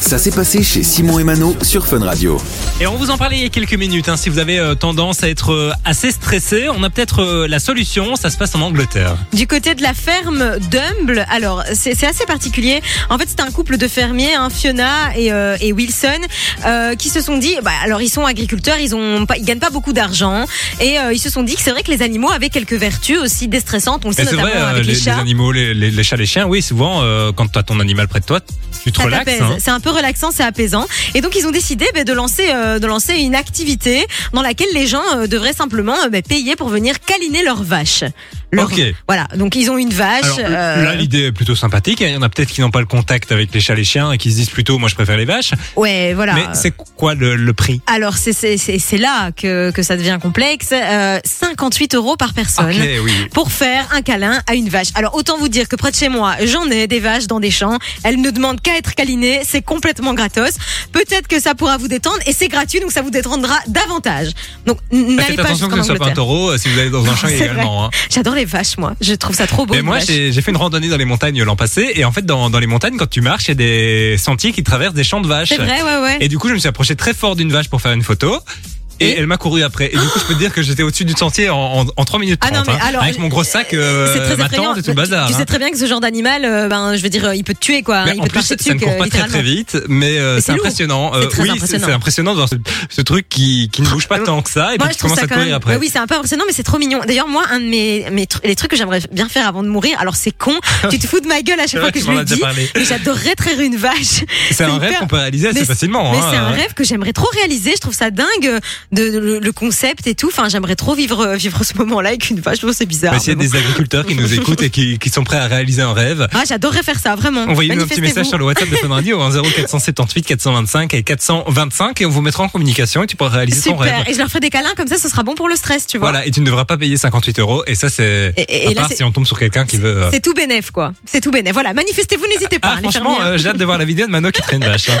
Ça s'est passé chez Simon et Mano sur Fun Radio. Et on vous en parlait il y a quelques minutes. hein, si vous avez euh, tendance à être euh, assez stressé, on a peut-être euh, la solution. Ça se passe en Angleterre. Du côté de la ferme d'Humble, alors c'est c'est assez particulier. En fait, c'est un couple de fermiers, hein, Fiona et, euh, et Wilson, euh, qui se sont dit, bah, alors ils sont agriculteurs, ils ont pas, ils gagnent pas beaucoup d'argent, et euh, ils se sont dit que c'est vrai que les animaux avaient quelques vertus aussi déstressantes. On le sait Et C'est notamment vrai, euh, avec les, les, les chats. animaux, les, les- les chats, les chiens, oui, souvent, euh, quand tu as ton animal près de toi, tu te Ça relaxes. t'apaise. hein. C'est un peu relaxant, c'est apaisant. Et donc ils ont décidé ben, de lancer euh, de lancer une activité dans laquelle les gens euh, devraient simplement euh, ben, payer pour venir câliner leurs vaches. Leur- Ok. Voilà. Donc ils ont une vache. Alors, euh, là, l'idée est plutôt sympathique. hein. Il y en a peut-être qui n'ont pas le contact avec les chats, les chiens et qui se disent plutôt, moi, je préfère les vaches. ouais, voilà. Mais c'est quoi le, le prix Alors c'est c'est- c'est c'est là que, que ça devient complexe. Euh, 58 euros par personne. Ah, Ok, oui. Pour faire un câlin à une vache. Alors autant vous dire que près de chez moi, j'en ai des vaches dans des champs. Elles ne demandent qu'à être câlinées, c'est complètement gratos. Peut-être que ça pourra vous détendre et c'est gratuit, donc ça vous détendra davantage. Donc n- n'allez Ah, Faites pas attention que jusqu'en ce ne soit pas un Angleterre. taureau euh, si vous allez dans un champ c'est également. hein. J'adore les vaches, moi. Je trouve ça trop beau. Mais une moi, vache. j'ai j'ai fait une randonnée dans les montagnes l'an passé, et en fait, dans, dans les montagnes, quand tu marches, il y a des sentiers qui traversent des champs de vaches. c'est vrai, ouais, ouais. Et du coup, je me suis approché très fort d'une vache pour faire une photo. Et, Et elle m'a couru après. Et du coup, je peux te dire que j'étais au-dessus du sentier en, en, en 3 minutes Ah 30. non, mais hein, alors, avec mon gros sac, C'est euh, très ma effrayant. tente et tout le bazar. Tu hein. sais très bien que ce genre d'animal, euh, ben, je veux dire, euh, il peut te tuer, quoi. hein. Mais il en peut te plus, marcher ça dessus, ne que, court pas très très littéralement. vite, mais, euh, Mais c'est c'est lourd. impressionnant. C'est très oui, c'est impressionnant. c'est impressionnant de voir ce, ce truc qui, qui ne bouge pas tant que ça, et puis Moi, je tu trouve commences ça à te quand même. courir après. Ouais, oui, c'est un peu impressionnant, mais c'est trop mignon. D'ailleurs, moi, un de mes, mes tru- les trucs que j'aimerais bien faire avant de mourir, alors c'est con, tu te fous de ma gueule à chaque fois que je On en le a déjà dis, parlé. mais j'adorerais traire une vache. C'est un hyper- rêve qu'on peut réaliser assez Mais- facilement. Mais hein. c'est un rêve que j'aimerais trop réaliser. Je trouve ça dingue euh, de, de- le, le concept et tout. Enfin, j'aimerais trop vivre euh, vivre ce moment-là avec une vache. Bon, c'est bizarre. Mais Bah, s'il y mais a bon. des agriculteurs qui nous écoutent et qui, qui sont prêts à réaliser un rêve, Ah, j'adorerais faire ça, vraiment. envoyez-nous un petit Manifestez-vous. message sur le WhatsApp de hein, Fun Radio au 0478 425 et 425 et on vous mettra en communication et tu pourras réaliser ton rêve. Super. Et je leur ferai des câlins comme ça, ce sera bon pour le stress, tu vois. Voilà, et tu ne devras pas payer 58 euros et ça c'est Et- et- à et là, part c'est- si on tombe sur quelqu'un qui veut. euh, C'est tout bénéf, quoi. C'est tout bénéf. Voilà, manifestez-vous, n'hésitez pas. hein, Ah les franchement, fermiers. euh, j'ai hâte de voir la vidéo de Mano qui traîne vache. hein.